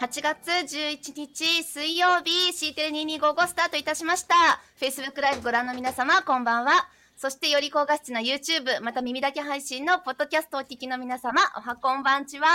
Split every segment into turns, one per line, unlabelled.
8月11日水曜日、シーテル2255スタートいたしました。Facebook ライブご覧の皆様、こんばんは。そして、より高画質な YouTube、また耳だけ配信のポッドキャストをお聞きの皆様、おはこんばんちは。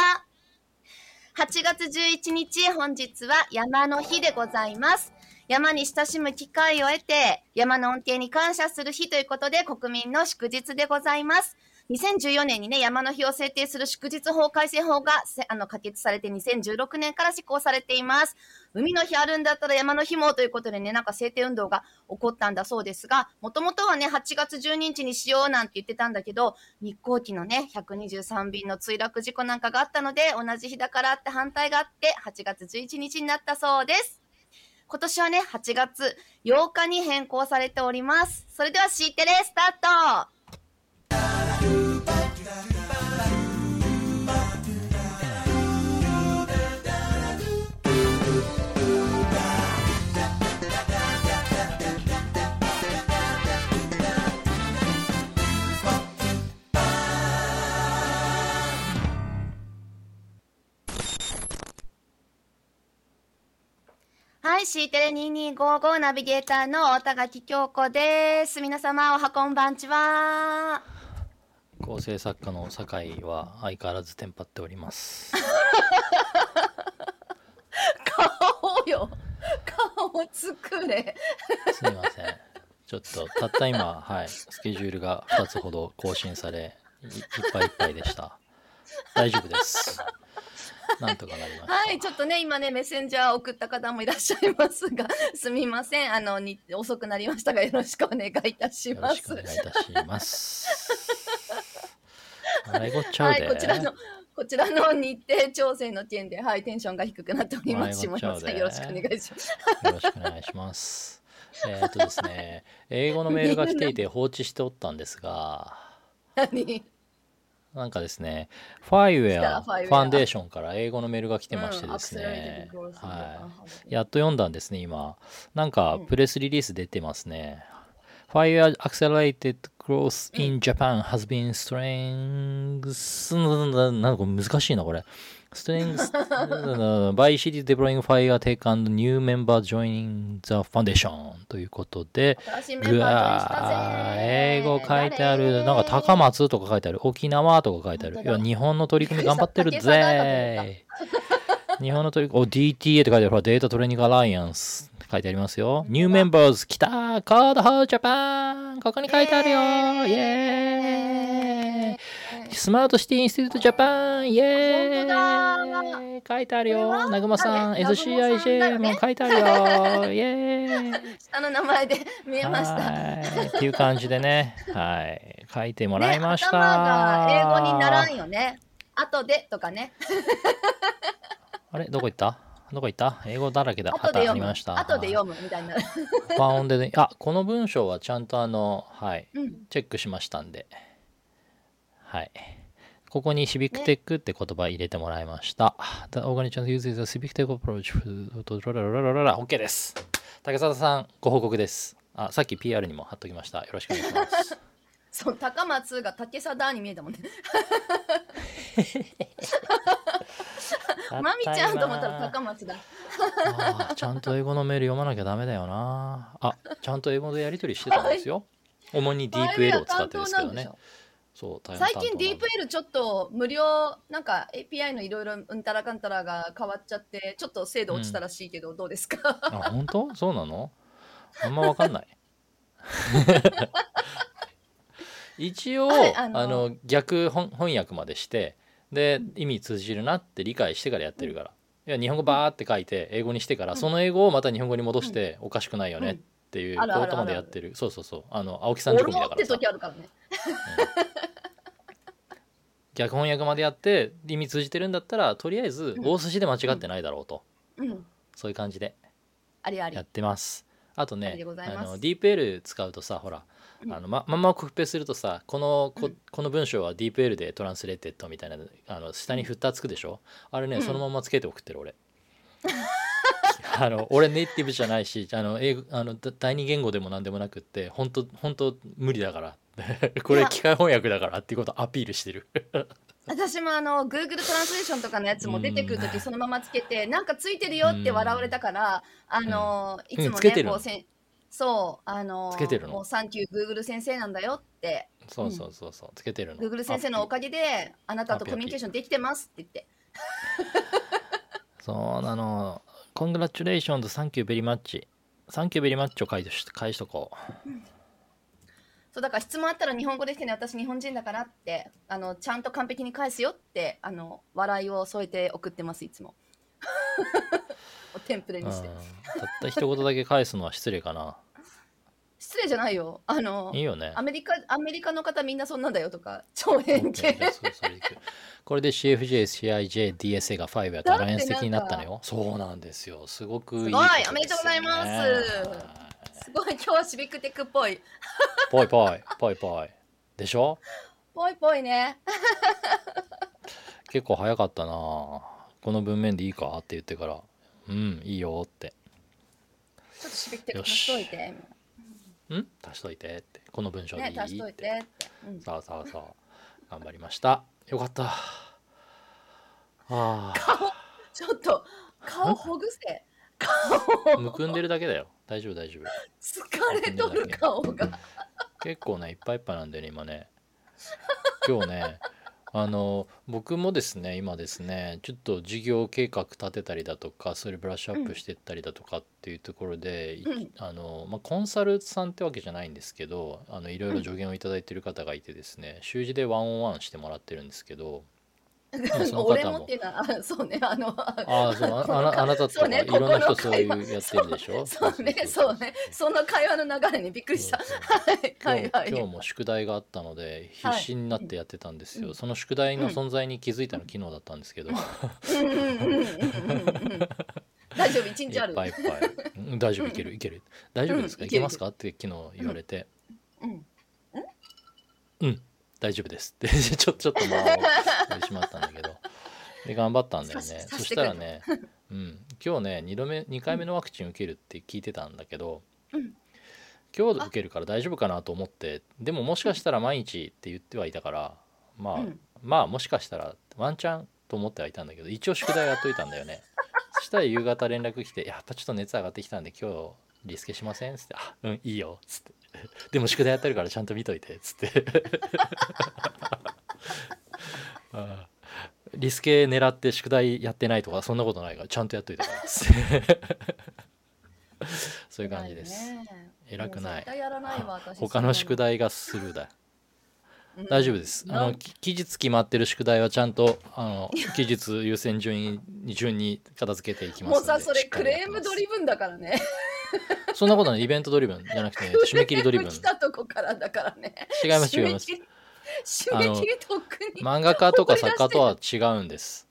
8月11日、本日は山の日でございます。山に親しむ機会を得て、山の恩恵に感謝する日ということで、国民の祝日でございます。2014年にね、山の日を制定する祝日法改正法がせあの可決されて2016年から施行されています。海の日あるんだったら山の日もということでね、なんか制定運動が起こったんだそうですが、もともとはね、8月12日にしようなんて言ってたんだけど、日航機のね、123便の墜落事故なんかがあったので、同じ日だからって反対があって、8月11日になったそうです。今年はね、8月8日に変更されております。それでは C テレスタートはい、C テレ2255ナビゲーターの大田垣京子です。皆様、おはこんばんちは。
構成作家の酒井は相変わらずテンパっております。
顔よ。顔作れ。
すみません。ちょっとたった今、はい、スケジュールが2つほど更新され、いいっぱいいっぱいでした。大丈夫です。なんとかなりました。
はい、ちょっとね、今ね、メッセンジャー送った方もいらっしゃいますが、 すみません。あの、に遅くなりましたが、よろしくお願いいたし
よろ
ま
しく
す。
お願いいたします。あれごっちゃう
は
で。
い、こちらの、こちらの日程調整の件で、はい、テンションが低くなっております。下
迷っちゃ
山
う
さ
で
ん、よろしくお願いします。
よろしくお願いします。えっとですね、英語のメールが来ていて放置しておったんですが、
何
なんかですね、ファイウ
来
ェ
た
ア
ファイウェア。
ファンデーションから英語のメールが来てましてですね、はいい、やっと読んだんですね、今。なんか
うん
プレスリリース出てますね。Fire Accelerated Growth in Japan has been strengthened なんか難しいな、これ。Strengthened by city deploying fire take and new member joining the foundation ということで、
新しいメン
ぐ
バー
わー、
英
英
語
語
書
書
い
い
て
て
あ
あ
る。
る。
な
なん
か
んか
高
高
松
松とか書いてある。沖縄とか書いてある。
本
い
当だ
や、日本の取り組み頑張ってる
びっくりした竹
ぜ日本の取り組み、お、DTA って書いてある。ほら、データトレーニングアライアンスって書いてありますよ。ニューメンバーズ来たーコードホージャパンここに書いてあるよイエーイスマートシティインスティテュートジャパンイエーイ書いてある
これは
よなぐまさん
あれ南雲さんだよね
SCIJ も書いてあるよイエーイ
下の名前で見えました。
はいっていう感じでね、はい、書いてもらいました。
ね、頭が英語にならんよね。後でとかね。
あれどこ行ったどこ行った英語だらけだ。
後で
あ
読
り
む。
ました。
後で読むみたいな。
はい。和音でね、あ、この文章はちゃんとあの、はい、
うん。
チェックしましたんで、はい。ここにシビックテックって言葉入れてもらいました。The organization uses a civic tech approach to ララララララ OK です。竹澤さん、ご報告です。あ、さっき PR にも貼っときました。よろしくお願いします。
そう、高松が竹貞に見えたもんね。まみちゃんと思ったら高松だ。
あーちゃんと英語のメール読まなきゃダメだよなあちゃんと英語でやり取りしてたんですよ主にディープ L を使ってですけどね
ファイルは担当なんでし
そう
ょ
大
最
変担当な
近
んで
ディープ L ちょっと無料なんか API のいろいろうんたらかんたらが変わっちゃってちょっと精度落ちたらしいけどどうですか、
あ本当そうなのあんまわか んない一応、
はいあ
あ
の
の逆翻翻訳までしてで意味通じるなって理解してからやってるから、いや日本語バーって書いて英語にしてから、
うん
その英語をまた日本語に戻して、おかしくないよねっていう
あるあるある
ことまでやってるそうそうそうあの青木さん
俺
仕込み
も
だ
っ
か
て
らさ
時あるからね。
逆翻訳までやって意味通じてるんだったらとりあえず
うん
大筋で間違ってないだろうと、
うん。
そういう感じで
ありあり
やっ。てますあと
あり
ね
でござい
あ
ます
の DeepL 使うとさほら、
うん
あのままんまコピペするとさこのこ,、
うん
この文章は DeepL でトランスレーテッドみたいなあの下にフッターつくでしょあれね、
うん
そのままつけて送って る俺あの俺ネイティブじゃないしあの英語あのだ第二言語でも何でもなくって本 当本当無理だからこれ機械翻訳だからっていうことをアピールしてる
私もあの Google トランスレーションとかのやつも出てくると
うん
きそのままつけて、なんかついてるよって笑われたから、あのいつも
うん
ね、
つけてる
こうせんそう、あの
つけてるの
もうサンキュー Google 先生なんだよって、
そうそうそうそう、つけてるの。
Google 先生のおかげで、あなたとコミュニケーションできてますって言って。
そうなの。コングラチュレーションズ、サンキューベリーマッチ。サンキューベリーマッチを返し返しとこう。
そうだから質問あったら日本語できてね私日本人だからってあのちゃんと完璧に返すよってあの笑いを添えて送ってますいつ もおテンプレ
うん、
に
た
し
ってた一言だけ返すのは失礼かな。
失礼じゃないよあの
いいよね
ア。メリカアメリカの方みんなそんなんだよとか 超偏
OK じゃあ
見
そうそれでいくこれで CFJ、CIJ、DSA が5やとアライアンス的になったのよ。そうなんですよ。すごくいいことです
す
よね、
ごいおめでとうございますすごい今日はシビックテックっぽい
ぽいぽい、ぽいぽい。でしょ
ぽいぽいね
結構早かったなこの文面でいいかって言ってからうんいいよって
ちょっとシビックテック
よ
足し
し
といて
うん足しといてってこの文章でい
ね
い
足しと
っ
い
て、
てって、うん
さあさあさあ頑張りましたよかったあ
ちょっと顔ほぐせ
あむくんでるだけだよ大丈夫大丈夫
疲れとる顔が
結構ねいっぱいいっぱいなんでね今ね今日ねあの僕もですね今ですねちょっと事業計画立てたりだとかそれブラッシュアップしてったりだとかっていうところで、い
うん
あのまあ、コンサルさんってわけじゃないんですけどあのいろいろ助言をいただいてる方がいてですね習字でワンオンワンしてもらってるんですけど まあその
俺
方
もっ
も
ていうのはあそうねあの
ああそうああなあなたと
そう
か
ね
いろんな人
ここ
そ
の
う
会
いう
話
やってるで しょ
そうね、そうね。その会話の流れにびっくりした。はい、
今
はい、
日
はい。
今日も宿題があったので
はい
必死になってやってたんですよ、
うん
その宿題の存在に気づいたの昨日だったんですけど、い
うんうんうんうんうんうん大丈夫、一日あ
っ
る。
ぱいいっぱい「うん大丈夫いけるいける大丈夫ですか、
うん
いけますか?」って昨日言われて
うん
「うん大丈夫です」 ってちょちょっと間を置いてしまったんだけどで頑張ったんだよ
さ
ね
しさ
そ
し
し
く
てた
れ
ら
た
ね、うん、今日ね 2, 度目2回目のワクチン受けるって聞いてたんだけど、
うん
今日受けるから大丈夫かなと思ってでももしかしたら毎日って言ってはいたからまあ、
うん
まあもしかしたらワンチャンと思ってはいたんだけど一応宿題やっといたんだよ ねそしたら夕方連絡来て「やっぱちょっと熱上がってきたんで今日リスケしません?」っつって「あうんいいよ」っつって 「でも宿題やってるからちゃんと見といて」っつって ああリスケ狙って宿題やってないとかそんなことないからちゃんとやっといたからっ つってそういう感じです、
ね
偉くな
も
い
う絶対やらないわ、私。
他の宿題がスルーだ
うん。
大丈夫です。あ
な
のき期日決まってる宿題はちゃんとあの期日優先順位に順に片付けていきま
もう
すので。
さ、それ
しっか
ク
りやっ
レ
て
ー
ます
ムドリブンだからね。
そんなことない。イベントドリブンじゃなくて締め切り ドリブン。違
来
い
たとこからだからね。
ます違います。
締め切り。締め切りとっくに。
漫画家とか作家とは違うんです。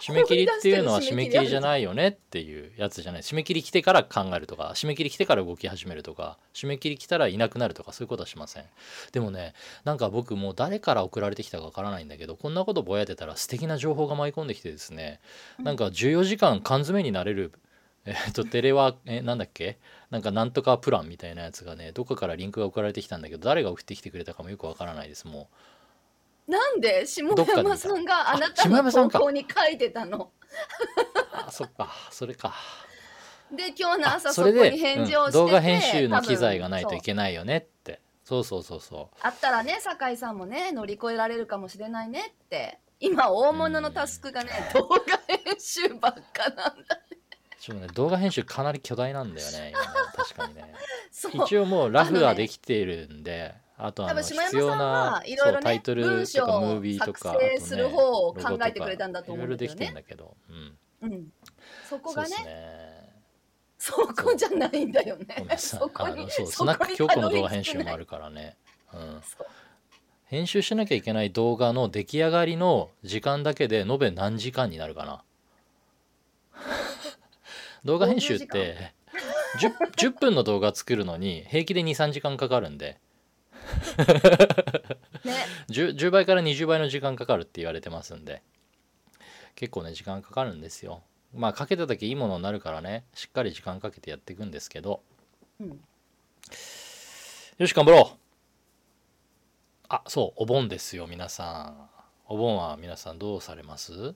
締め切りっていうのは締め切りじゃないよねっていうやつじゃない。締め切り来てから考えるとか、締め切り来てから動き始めるとか、締め切り来たらいなくなるとか、そういうことはしません。でもね、なんか僕もう誰から送られてきたかわからないんだけど、こんなことぼやいてたら素敵な情報が舞い込んできてですね、なんか14時間缶詰になれる、えっと、テレワーク、え、なんだっけなんかなんとかプランみたいなやつがね、どっかからリンクが送られてきたんだけど、誰が送ってきてくれたかもよくわからないです、もう。
なんで下
どっかで見
山
た
さんがあなた
下山
の
さん
投
か
稿に書いてたの。
あそっかそ れか
で、今日の
あ
朝
そ
そこ
れで
に返事をしてて、
うん動画編集の
多分
機材がないと
そう
いけないよねってそうそうそうそ
あったらね、酒井さんもね、乗り越えられるかもしれないねって。今、大物のタスクがね、動画編集ばっかなんだ。
うちょっとね動画編集かなり巨大なんだよね今ね確かに ね
そう。
一応もうラフ
あの
は
ね
できているんであとあ
多
の
分島山さ
必
ん
要な
はいろいろね
そうタイトル
文
と
章
か
を
ムービーとか
作成
あとね
する方を
ロゴとか
考えてくれたんだと思うんだけどね
いろいろできてんだけど、うん、
うん。そこ
そう
が
で
ね
す、ね
そこじゃないんだよ
ごめん
ね。
なさ い
そこ
あ
に
の、そう
そ
ス
こ
ナ
に
ック教庫の動画編集
たどり着け
も
ない
あるからね、うん、
そう
編集しなきゃいけない動画の出来上がりの時間だけで延べ何時間になるかな 動画編集って10 10分の動画作るのに平気で23時間かかるんで
ね、
10, 10倍から20倍の時間かかるって言われてますんで結構ね時間かかるんですよまあかけただけいいものになるからねしっかり時間かけてやっていくんですけど
うん。
よし頑張ろうあそうお盆ですよ皆さんおお盆は皆さんどうされます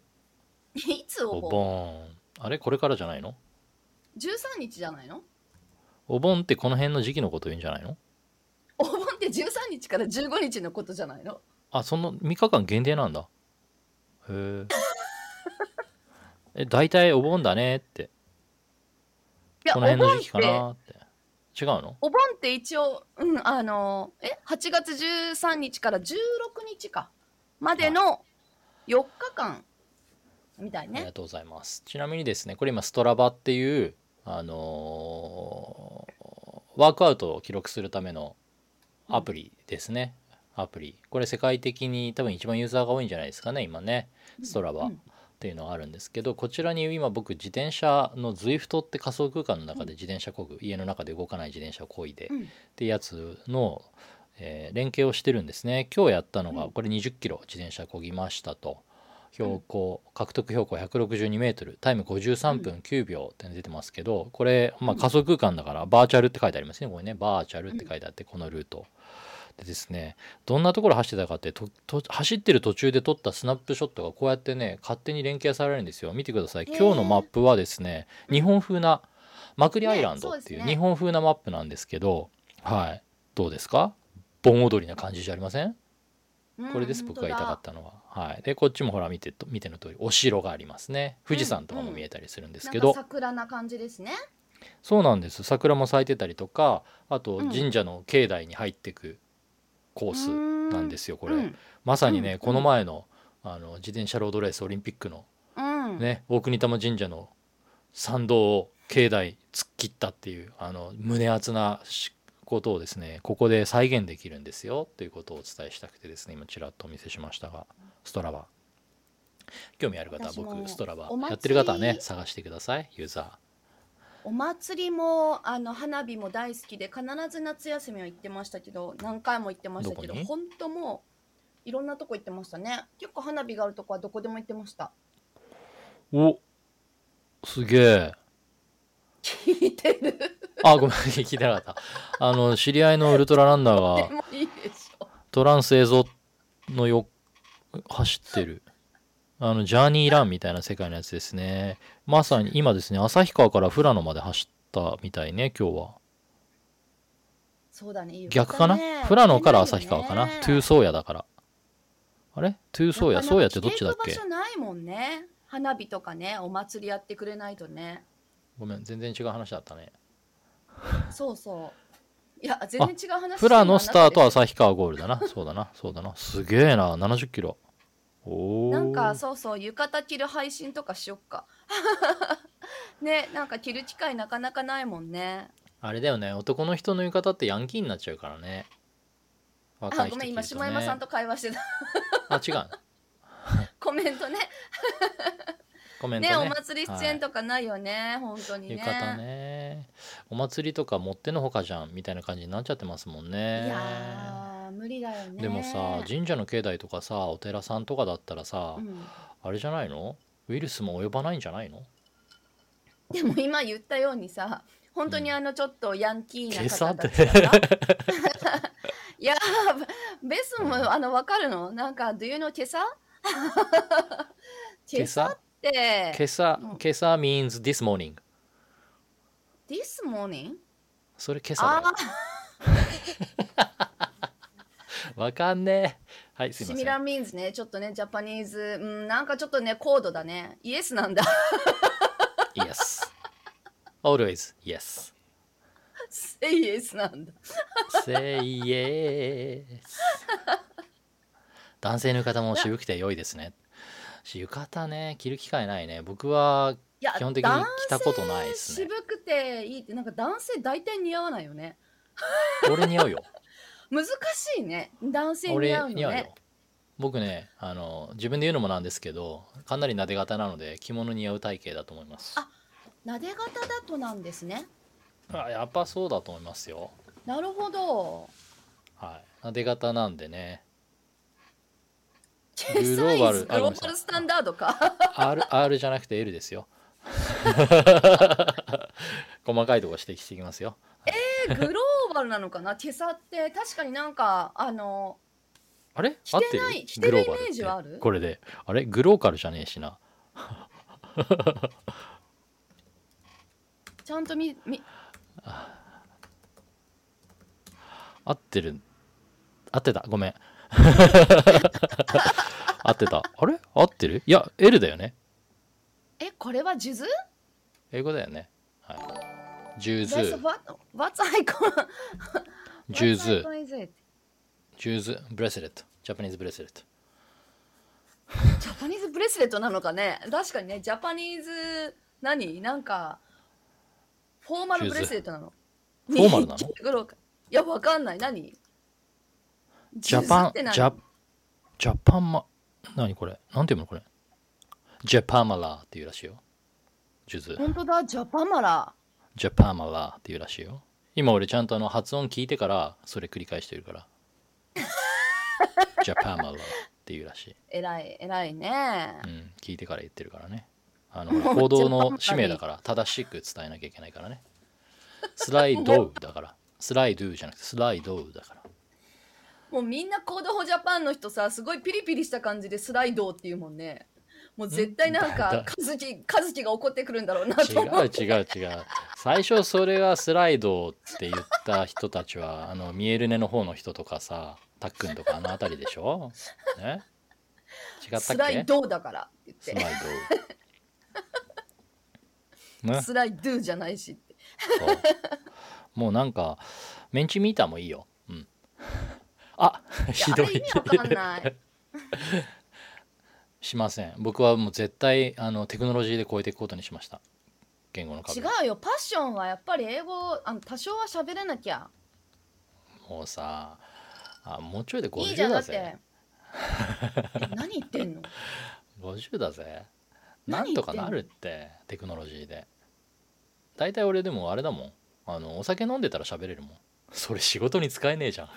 い つお
お
盆
盆。あれこれからじゃないの
?13 日じゃないの
お盆ってこの辺の時期のこと言うんじゃないの
お盆って13日から15日のことじゃないの
あ、その3日間限定なんだ。へ え。え、大体お盆だねって。
いや、
こ
お
の辺の
盆っ
時期
て
か、なって。違うの
お盆って一応、うん、あの、え、8月13日から16日か、までの4日間、みたい
あり
ね
が。とうございます。ちなみにですね、これ今ストラバっていう、あのーワークアウトを記録するためのアプリですね。アプリ。これ世界的に多分一番ユーザーが多いんじゃないですかね、今ね。ストラバ
う
っ
ん
ていうのがあるんですけど、こちらに今僕自転車の ZWIFT って仮想空間の中で自転車こぐ、家の中で動かない自転車をこいで、
うん
ってやつの、えー連携をしてるんですね今日やったのが
うん
これ2 0キロ自転車こぎましたと標高獲得標高1 6 2メートルタイム53分9秒って出てますけどこれ、まあ、
うん
仮想空間だからバーチャルって書いてありますねこれねバーチャルって書いてあってこのルートでですねどんなところ走ってたかってとと走ってる途中で撮ったスナップショットがこうやってね勝手に連携されるんですよ見てくださ
へ
い
ー
今日のマップはですね日本風なマクリアイランドってい
ねそうで
う
すね
日本風なマップなんですけど、はいどうですか盆踊りな感じじゃありません
うん
これです僕が言いたかったのは、はい、でこっちもほら見てと見ての通りお城がありますね富士山とかも見えたりするんですけど、
なんか桜な感じですね。
そうなんです桜も咲いてたりとかあと
うん
神社の境内に入ってくコースなんですよこれ、まさにね、
うん
この前のあの自転車ロードレースオリンピックの
うん。うん。
ね、大国玉神社の参道を境内突っ切ったっていうあの胸熱なしことをですねここで再現できるんですよということをお伝えしたくてですね今ちらっとお見せしましたがストラバ興味ある方は
私も
僕ストラバ
お祭り
やってる方はね探してくださいユーザ
お祭りもあの花火も大好きで必ず夏休みは行ってましたけど何回も行ってましたけど
どこに
本当もういろんなとこ行ってましたね結構花火があるとこはどこでも行ってま した
ーおすげえ
聞いてる
あごめん聞いてなかったあの知り合いのウルトラランナー
で
が
もいいでしょ
トランス映像のよ走ってるあのジャーニーランみたいな世界のやつですねまさに今ですね旭川から富良野まで走ったみたいね今日は
そうだね
逆かな、富良野から旭川かなトゥーソーヤだからあれトゥーソーヤソーヤってどっちだっけ
行く場所ないもんね花火とかねお祭りやってくれないとね
ごめん全然違う話だったね
そうそういや全然違う話
富良野スタート
は
旭川ゴールだなそうだなそうだなすげえな7 0キロおお
なんかそうそう浴衣着る配信とかしよっか ねなんか着る機会なかなかないもんね
あれだよね男の人の浴衣ってヤンキーになっちゃうからね若
あ
い人
ごめん
着
今
ると
下山
ね
さんと会話してた
あ違う
コメントね
コメント
ね
ね
お祭り出演とかないよね、本当にね
浴衣ねお祭りとか持ってのほかじゃんみたいな感じになっちゃってますもんね
いやー無理だよね
でもさ神社の境内とかさお寺さんとかだったらさ、
うん
あれじゃないのウイルスも及ばないんじゃないの
でも今言ったようにさ本当にあのちょっとヤンキー
今
な
朝
方
って
たちが いやーベスもあの分かるのなんか「Do you know 今朝?今朝」
今
って
今朝
うん
今朝 means this morning
「This morning」
それ今朝だ
あ
よわかんねえはいすい
シ
ま
ミ
せ
ラー
ん
ミーンズね、ちょっとね、ジャパニーズ、うん、なんかちょっとね、高度だね。イエスなんだ。
Yes always yes
イエスなんだ。
Say yes 男性の浴衣も渋くて良いですね浴衣ね着る機会ないね僕はい
や、
基本的に着たことないです
男性
ね
渋くていいって、なんか男性大体似合わないよね。
俺似合 うよ
難しいね。男性似
俺
合うの
似合う
ね
よ。僕ねあの自分で言うのもなんですけどかなりなで型なので着物似合う体型だと思います
あなで型だとなんですね。
あやっぱそうだと思いますよ
なるほど。
はいなで型なんでね
ケー
グ
ス
ロ
サイ
ー
ズ
バ
グ
ル
ローバルスタンダードか。
R, R じゃなくて L ですよ 細かいとこ指摘していきますよ
グローバルなのかな今朝って、確かになんか、あの、
あれ
し
合って
てない
る
して
グ
るイ
ローバ
メー
ル
ジはあ
って
る
これであれグローカルじゃねえしな
ちゃんと見見
合ってる合ってたごめん 合ってたあれ合ってるいや L だよね
えこれは数珠
英語だよねはいジュー
That's
ズ
what what's icon
ジューズ
What's icon is it?
ジューズブレスレットジャパニーズブレスレット
ジャパニーズブレスレットなのかね確かにねジャパニーズ何なんかフォーマルブレスレットなの
ューズフォーマルなの
ちょっとグローか いやわかんない何
ジャパ
ジューズ
ン
って何
ジャジャパンマ何これなんていうのこれジャパマラーっていうらしいよジューズ
本当だジャパマラ
ジャパマラーっていうらしいよ今俺ちゃんとあの発音聞いてからそれ繰り返してるからジャパマラーっていうらしい、
偉い偉いね
うん、聞いてから言ってるからねあのほら報道の使命だから正しく伝えなきゃいけないからねスライドだからスライドじゃなくてスライドだから
もうみんなコードフォジャパンの人さすごいピリピリした感じでスライドっていうもんねもう絶対なん
うん
か
だ
和樹和樹が怒ってくるんだろうなと
違
思う
う違う違う最初それがスライドって言った人たちはあのミエルネの方の人とかさたっくんとかあの辺りでしょね違ったっけ
スライドだからって
ス
言
ラ
っ
イ ドね
てスライドじゃないしって
そうもうなんかメンチミーターもいいよ うんあひど
あれ意
い
味わかん ない
しません僕はもう絶対あのテクノロジーで超えていくことにしました言語の壁を
違うよパッションはやっぱり英語あの多少は喋れなきゃ
もうさあもうちょいで
いいじゃ
50
んだ
だ
って
ぜ
え何言ってんの
50だぜな
何言
んと
って
か
んの
なるってテクノロジーで大体俺でもあれだもんあのお酒飲んでたら喋れるもんそれ仕事に使えねえじゃん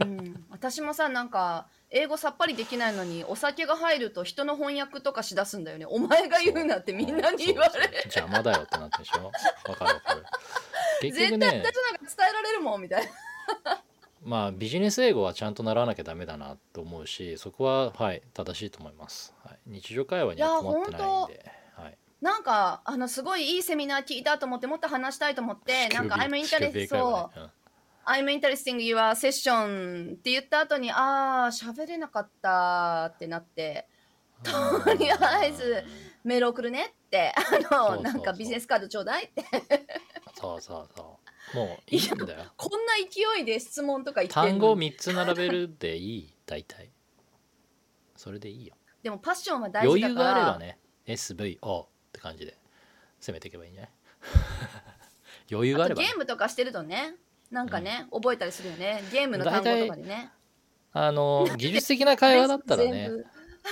うん私もさなんか英語さっぱりできないのにお酒が入ると人の翻訳とかしだすんだよねお前が言うなってみんなに言われる
る邪魔だよってなってるでし ょわかるわかる結
絶
局
対私なん
ね
か伝えられるもんみたいな
まあビジネス英語はちゃんと習わなきゃダメだなと思うしそこははい正しいと思います、はい、日常会話には困ってないんではい
なんかあのすごいいいセミナー聞いたと思ってもっと話したいと思ってなんか
乳
I'm
首
interested
乳首英会
そ
話
う
ねうん
I'm interesting your session って言った後にああ喋れなかったってなってとりあえずメール送るねってあの
そうそう
なんかビジネスカードちょうだいって
そうそうそうもういいんだよ
こんな勢いで質問とか言ってんのに
単語3つ並べるでいい大体それでいいよ
でもパッションは大
余
事だ
裕
から
があればね SVO って感じで攻めていけばいいん じゃない余裕があ
あ
れ
と
ば
ゲ
ね、
ームとかしてるとねなんかね、覚えたりするよねゲームの単語とかでね
あの技術的な会話だったら ね
全部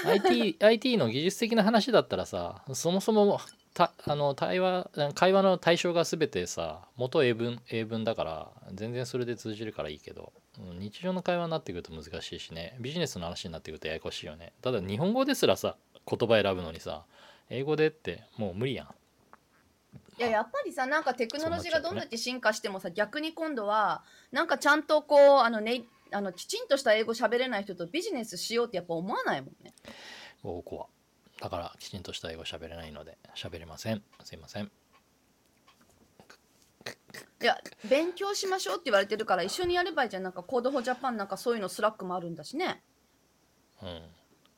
IT, IT の技術的な話だったらさそもそもたあの対話会話の対象が全てさ元英文英文だから全然それで通じるからいいけどうん日常の会話になってくると難しいしねビジネスの話になってくるとややこしいよねただ日本語ですらさ言葉選ぶのにさ英語でってもう無理やん
いややっぱりさなんかテクノロジーがどんだけ進化してもさ、逆に今度はなんかちゃんとこうあの、ね、あのきちんとした英語喋れない人とビジネスしようってやっぱ思わないもんね
大子はだからきちんとした英語喋れないので喋れませんすいません
いや勉強しましょうって言われてるから一緒にやればいいじゃんなんかコードフォージャパンなんかそういうのスラックもあるんだしね
うん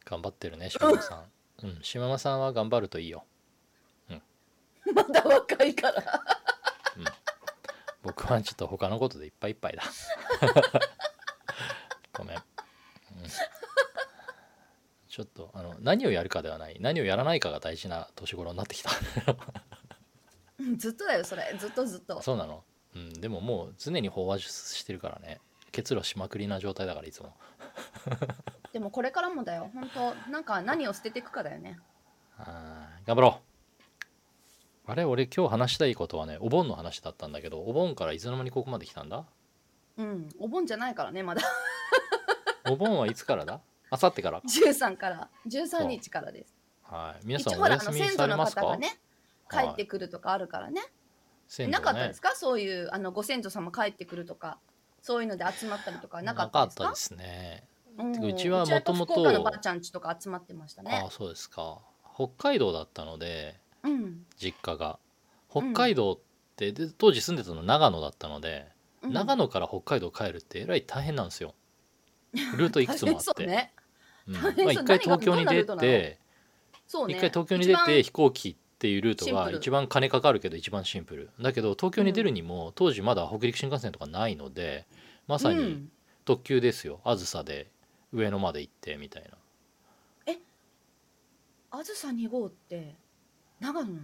頑張ってるね島間さんうん島間さんは頑張るといいよ
まだ若いから。
僕はちょっと他のことでいっぱいいっぱいだ ごめん、うんちょっとあの何をやるかではない何をやらないかが大事な年頃になってきた
ずっとだよ、それ。ずっとずっと。
そうなの、うん、でももう常に飽和してるからね結露しまくりな状態だからいつも
でもこれからもだよ、本当なんか何を捨てていくかだよね。
あー頑張ろうあれ俺今日話したいことはねお盆の話だったんだけどお盆からいつの間にここまで来たんだ
うん。お盆じゃないからね、まだ。
お盆はいつからだあさってから
13から、13日からです。
はい皆
一
さ
応
ん
ほ
お
ら、あの、
休み
先
さ
祖
れ
の
ますか
方がね、帰って
は
くるとかあるからね。
い先祖
なかった
ね
ですかそういう、あの、ご先祖様帰ってくるとか、そういうので集まったりとかなかったです
な
か
ですね
ん
うちはもともと
うちはやっぱ福岡のばあちゃんちとか集まってました
あ
ね
あ。そうですか北海道だったので
うん。
実家が北海道って、で当時住んでたの長野だったので、
うん
長野から北海道帰るってえらい大変なんですよルートいくつもあっ
そう
て、
ね。
うんま
大変
あ、
そう何
一回
が
東京に
どんなル
出
ートなの
て
そう
一
ね。
回東京に出
一番
て飛行機っていうルート
シンプ
が
ル
一番金かかるけど一番シンプルだけど東京に出るにも当時まだ北陸新幹線とかないのでまさ
う
に
ん
特急ですよあずさで上野まで行ってみたいな
あずさ2号って長野なの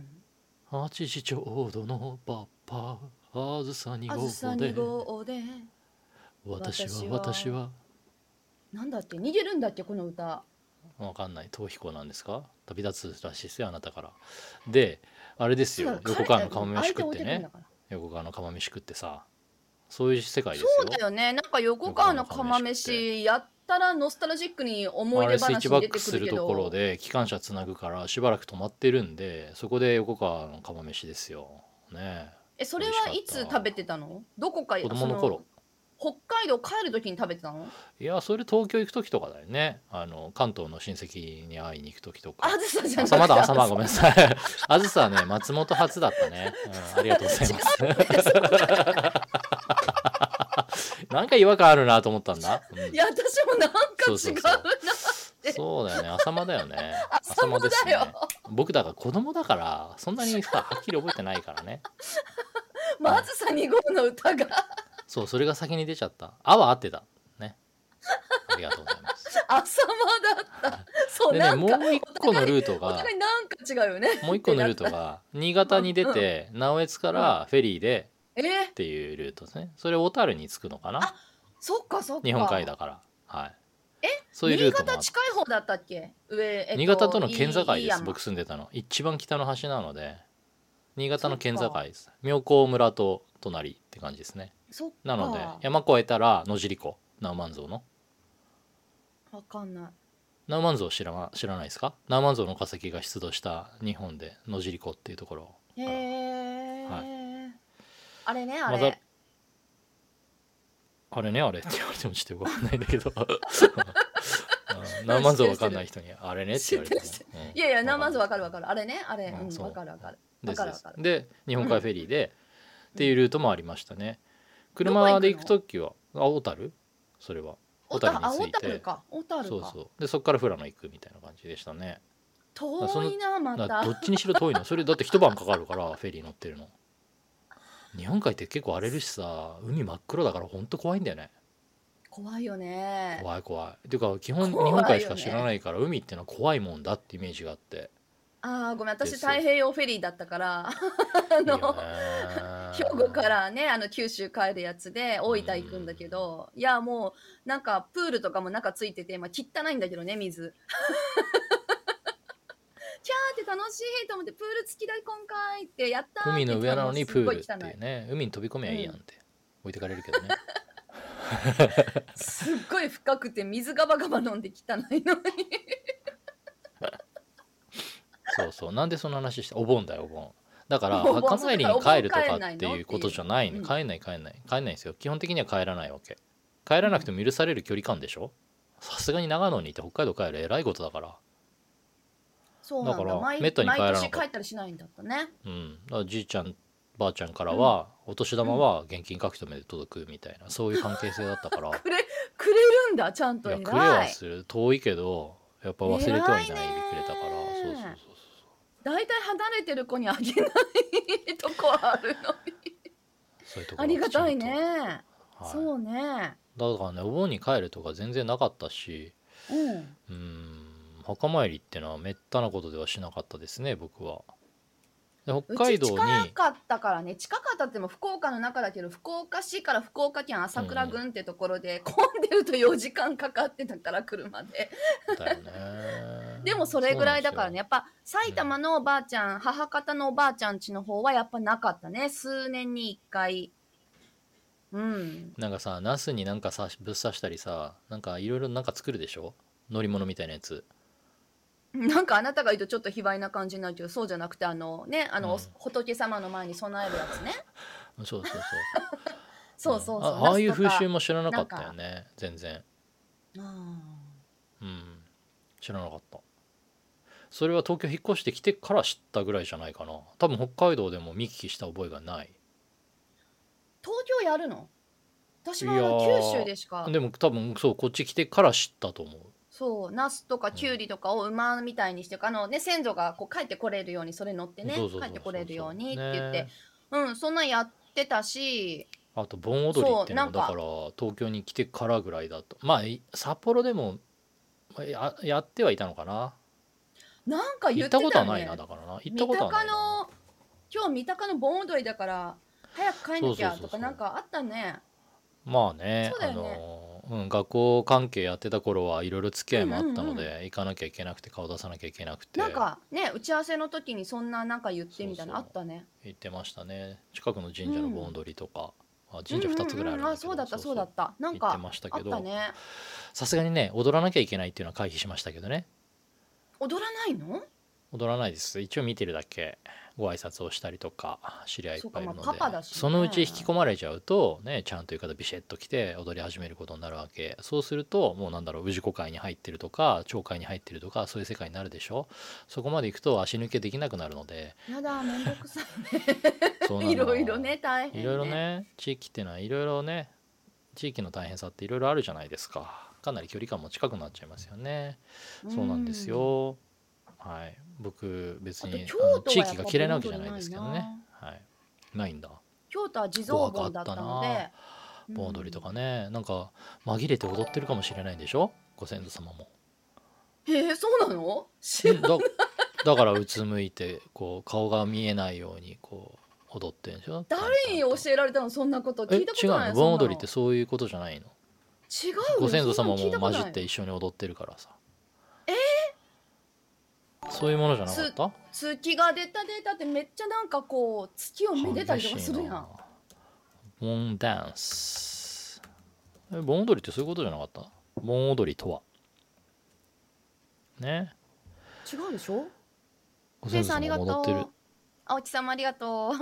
八時ちょうどのパパあずさ2
あずさ
号で
2号で
私は私
私
は
なんだっけ逃げるんだっけこの歌
わかんない逃避行なんですか旅立つらしいですよあなたからであれです
そ
よ
うだ
横川の釜飯
彼
食っ
相手置
て
いるん
ね
だから
横川の釜飯食ってさそういう世界ですよ
そうだよねなんか横川の釜飯やったらノスタルジックに思い
あ
出
れスイッ
話
チバ
に出
ッ
て
ク
く
す
る
る
け
ところ
ど
で機関車つなぐからしばらく止まってるんでそこで横川の釜飯ですよね
えそれはいつ食べてたのどこか
え子供の頃
その北海道帰る時に食べてたの
いやそれ東京行く時とかだよねあの関東の親戚に会いに行く時とか
あずさじゃなくて
朝まだ朝まごめんなさい あずさはね松本初だったね、うん、ありがとうございます なんか違和感あるなと思ったんだ、うん
いや私もなんか
そ
違
うそう
う
そ
な
うそうだよね朝間だよね
朝も
です
だ
ね
よ
僕だから子供だからそんなにさはっきり覚えてないからね
まああずさ2号の歌が
そうそれが先に出ちゃった「あ」は合ってたねありがとうございます
朝まだった そう
で
な
ね
ん
も
か
う一個のルート
お
が
互いなんか違うよね
もう一個のルートが新潟に出て直江津からフェリーで
えー
っていうルートですねそれ小樽に着くのかな
あそっかそっか
日本海だからはい
え
そういうルート
新
もあ
潟
って
近い方だったっけ上、えっ
新潟との県境
いい
です
山
僕住んでたの一番北の端なので新潟の県
そ
境
っか
です妙高村と隣って感じですね
そっか
なので山越えたら野尻湖南蛮像の
わかんない
南蛮像知らな知らないですか南蛮像の化石が出土した日本で野尻湖っていうところ
へえ、
は
あれねあれ、
まだあれねあれって言われてもちょっとよくわかんないんだけどうん南蛮像わかんない人にあれねって言われても
知って
うん
いやいやなまずわかる
わ
わかるあれねあれ
あ
うん
そう
わかるわかる
で
わ
す
か
で
るわ
す
かる
で日本海フェリーで、っていうルートもありましたね
どこ行くの
車で行く時はあ小樽それは小
小
樽
樽
に
あ
着
小
いて
樽か小樽
そう
か
そうでそこから富良野行くみたいな感じでしたねらその
遠いなま
だからど
た
っちにしろ遠いのそれだって一晩かかるからフェリー乗ってるの日本海って結構荒れるしさ海真っ黒だからほんと怖いんだよね
怖いよね
怖い怖いっていうか基本日
怖いよね
本海しか知らないから海ってのは怖いもんだってイメージがあって
あーごめん私
ですよ
太平洋フェリーだったからあの
いいよね
兵庫からねあの九州帰るやつで大分行くんだけど、いやもうなんかプールとかも中ついてて、まあ、汚いんだけどね水 キャーって楽しいと思ってプール付き大今回ってやったーって
海の上なのにプールって
言ったら
いうね海に飛び込みゃいいやんって、置いてかれるけどね
すっごい深くて水ガバガバ飲んで汚 いのに
そうそうなんでその話してお盆だよお盆だから
お盆
墓参りに帰るとか
お盆帰んないの
っていうことじゃないね
って
帰んない帰んない帰んないんですよ基本的には帰らないわけ帰らなくても許される距離感でしょさすがに長野にいて北海道帰るえらいことだから
そうなんだ
だから
毎
めったに帰らなかった
毎年帰ったりしないんだったね
うんだからじいちゃんばあちゃんからは、お年玉は現金書き留めで届くみたいなそういう関係性だっ たから
くれくれるんだちゃんと
いや
偉
くれはいする遠いけどやっぱ忘れてはいないで
偉いね
くれたからそうそうそうそう
大体離れてる子にあげない とこあ るのに
そういうとこ
あ
ろが
りがたい
ちゃん
ね
とはい
そうね。
だからねお盆に帰るとか全然なかったし
うん。
うーん墓参りってのはめったなことではしなかったですね僕はで
う
北海
ち
道
近
に
かったからね、近かったっても福岡の中だけど、福岡市から福岡県朝倉郡ってところで、混んでると4時間かかってたから、車で。
だよね
でもそれぐらいだからね、
そうなんですよ
やっぱ埼玉のおばあちゃん、母方のおばあちゃん家の方はやっぱなかったね、数年に1回。うん。
なんかさナスになんかさぶっ刺したりさなんかいろいろなんか作るでしょ乗り物みたいなやつ
なんかあなたが言うとちょっと卑猥な感じになるけど、そうじゃなくて、あのね、あの、
うん
仏様の前に備えるやつね。
そうそうそう
そうそうそう。
あああいう風
ナスとか
習も知らなかったよね全然うん知らなかったそれは東京引っ越してきてから知ったぐらいじゃないかな多分北海道でも見聞きした覚えがない
東京やるの私はいあ
や
の
ー
九州でしか
でも多分そうこっち来てから知ったと思う
そうナスとかキュウリとかを馬みたいにしてあのね先祖がこう帰ってこれるようにそれ乗ってね
そうそうそうそう
帰ってこれるようにって言って、
ね
うんそんなんやってたし
あと盆踊りっての
そうなん
も
か
だから東京に来てからぐらいだとまあい札幌でもまあややってはいたのかな
なんか
行
言
っ
ったて
こと
た
は
よ
ない
ね
なだからな行った
三
ことはな
鷹
いな
の今日三鷹の盆踊りだから早く帰んなきゃ
そう
と
そうそうそ
か
う
なんかあったね
まあね
そうだ
あ
よね
のうん学校関係やってた頃はいろいろ付き合いもあったので、
うん
行かなきゃいけなくて顔出さなきゃいけなくて
なんかね打ち合わせの時にそんななんか言ってみたいなのあ
そうそ
った
う
ね
行ってましたね近くの神社の盆踊りとか、あ神社
うんうん
2つぐらいあるんだけど、
うんあそうだったそうだったなん
行って
か
ました
あ
け
った
ど
ね
さすがにね踊らなきゃいけないっていうのは回避しましたけどね
踊らないの
踊らないです一応見てるだけご挨拶をしたりとか知り合いいっぱいいるので
そうかまあパパだしね
そのうち引き込まれちゃうとねちゃんと浴衣ビシッと着て踊り始めることになるわけそうするともうなんだろう氏子会に入ってるとか町会に入ってるとかそういう世界になるでしょそこまで行くと足抜けできなくなるので
やだめんどくさ
そうなの
いいろいろね大変
いろいろね地域ってのはいろいろね地域の大変さっていろいろあるじゃないですかかなり距離感も近くなっちゃいますよねそうなんですよはい僕別
あと
に
京
あの
都は
地
やっぱ
域が嫌いなわけじゃないですけどねはいないんだ
京都は地蔵盆だったので
盆踊りとか
ね、
ねなんか紛れて踊ってるかもしれないでしょご先祖 様も
うんへえそうなの知ら
だだからうつむいてこう顔が見えないようにこう踊ってるんでしょ
誰に教えられたのそんなこと
え
聞
違
いうたことない
の盆踊りっ
そ
てそういうことじゃない
ん
の
なの違うよ
ご先祖様
そん
も
なの聞いたこ
混
と
じ
ない
って一緒に踊ってるからさえそういうものじゃなかった
月が出た出たってめっちゃなんかこう月をめでたりとかするやん
盆ダンスえ盆踊りってそういうことじゃなかった盆踊りとはね
違うでしょ
ご
ペ
先
イ
祖
さんありが
様
と
踊ってる
う。青木さんもありがと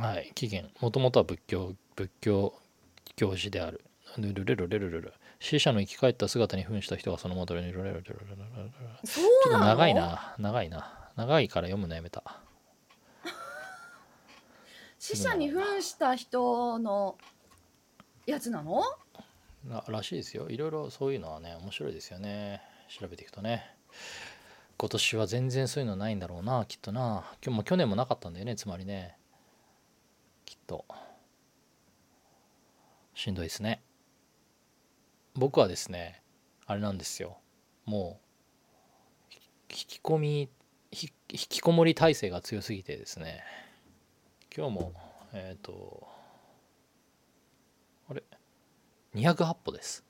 う。
はい起源もともとは仏教仏教教師であるルルルルルルルル死者の生き返った姿に扮した人がそのままルルルルルルルルルル
そう
ちょっ
な
と
の
長いな長いな長いから読むのやめた
死者に扮した人のやつなの
ららしいですよいろいろそういうのはね面白いですよね調べていくとね今年は全然そういうのないんだろうなきっとな今日も去年もなかったんだよねつまりねきっとしんどいですね僕はですねあれなんですよもうひ引き込みひ引きこもり体制が強すぎてですね今日もえっ、とあれ208歩です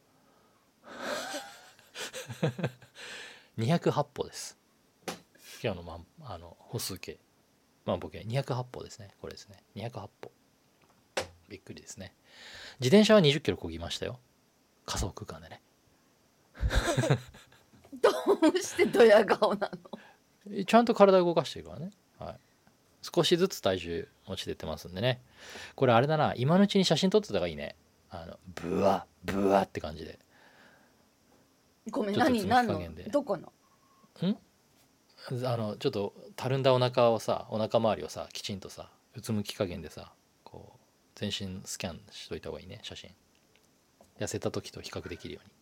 208歩です今日の,、ま、あの歩数計万歩計208歩ですねこれですね208歩びっくりですね自転車は20キロこぎましたよ仮想空間でね
どうしてドヤ顔なの
えちゃんと体を動かしてるからね、はい、少しずつ体重落ちてってますんでねこれあれだな今のうちに写真撮ってた方がいいねあのブワッブワッって感じで
ごめん
ちょっと
何何
つむき
の
加減で
どこの
あのちょっとたるんだお腹をさお腹周りをさきちんとさうつむき加減でさこう全身スキャンしといた方がいいね写真痩せた時と比較できるように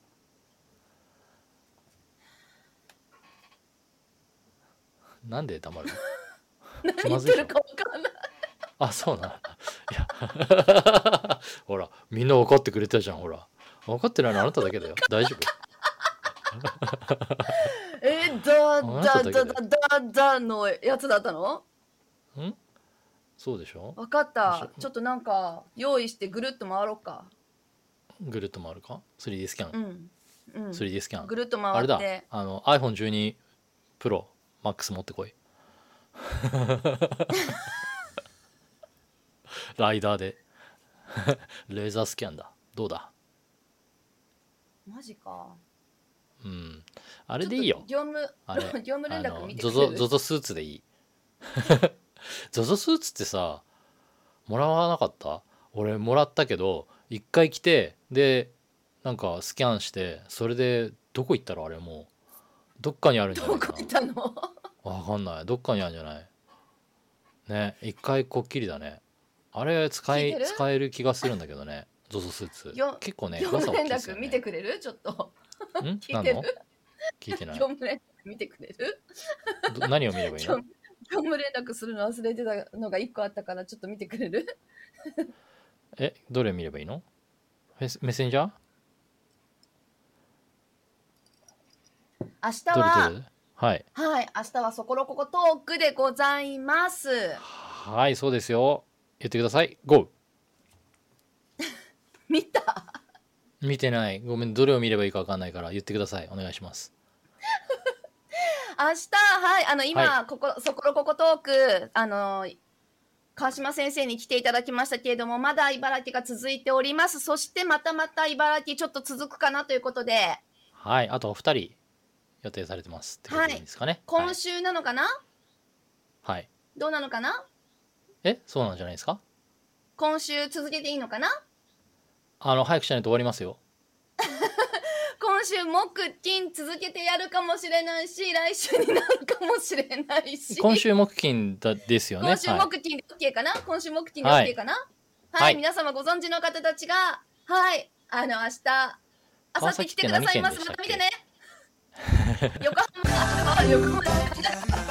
なんで黙る の
何
つ
言
ま
っ
ずい
て
ちゃう
るかわかんない
あそうなんだいや ほらみんな分かってくれたじゃんほら分かってないのあなただけだよ大丈夫
えだ
あなた
だだ
だけだ
だだだのやつだったの
そうでしょ
わかっ
よ
た
いしょ
ちょっとなんか用意してぐるっと回ろうか
ぐるっと回るか 3D スキャ
う
ン
んうん
3D スキャン
ぐるっと
あ
回
れ
っ
だ
て
あの iPhone12 Pro Max 持ってこい ライダーでレーザースキャンだどうだ
マジか
うんあれでいいよ
ちょっと業
あ
務
れ
業務連
あ
絡
の
見てく
ZOZO
れる
ZOZO スー ツでいい ZOZO スーツってさもらわなかった俺もらったけど一回来てでなんかスキャンしてそれでどこ行ったらあれもうどっかにあるんじゃな
ど
いか
こいたの
なわかんないどっかにあるんじゃないね一回こっきりだねあれ使
聞い
い
てる
使える気がするんだけどね ZOZO スーツ
よ
結構ね
業
傘
務
大
連
きいですよ
絡
ね
見てくれるちょっと。
ん
聞い
何
てる
の聞いてない
業務連絡見てくれる
ど何を見ればいい
業
の
務業務連絡するの忘れてたのが1個あったから、ちょっと見てくれる
えどれ見ればいいのフェスメッセンジャー
明日
どれ
は
ど、れはい
はい、明日はそころここトークでございます。
はいそうですよ言ってください GO!
見た
見てないごめんどれを見ればいいかわかんないから言ってくださいお願いします
明日、はい、あの、今、
は
ここ、そころここトーク、あの、川島先生に来ていただきましたけれども、まだ茨城が続いております。そして、またまた茨城ちょっと続くかなということで、
はいあとお二人予定されてますってことでいいですかねはい
今週なのかな、
はい
どうなのかな
えそうなんじゃないですか
今週続けていいのかな
あの早くしないと終わりますよ
今週木金続けてやるかもしれないし来週になるかもしれないし
今週木金だですよね
今週
はい
木金で OK かな、今週木金で
はい
OK かなはい、
はい
皆様ご存知の方たちがはいあの明日明
川
後日
崎
来
ってて
くだ
何
さい
県
ま
で すした
ま
った
見
け
てね横浜あ横浜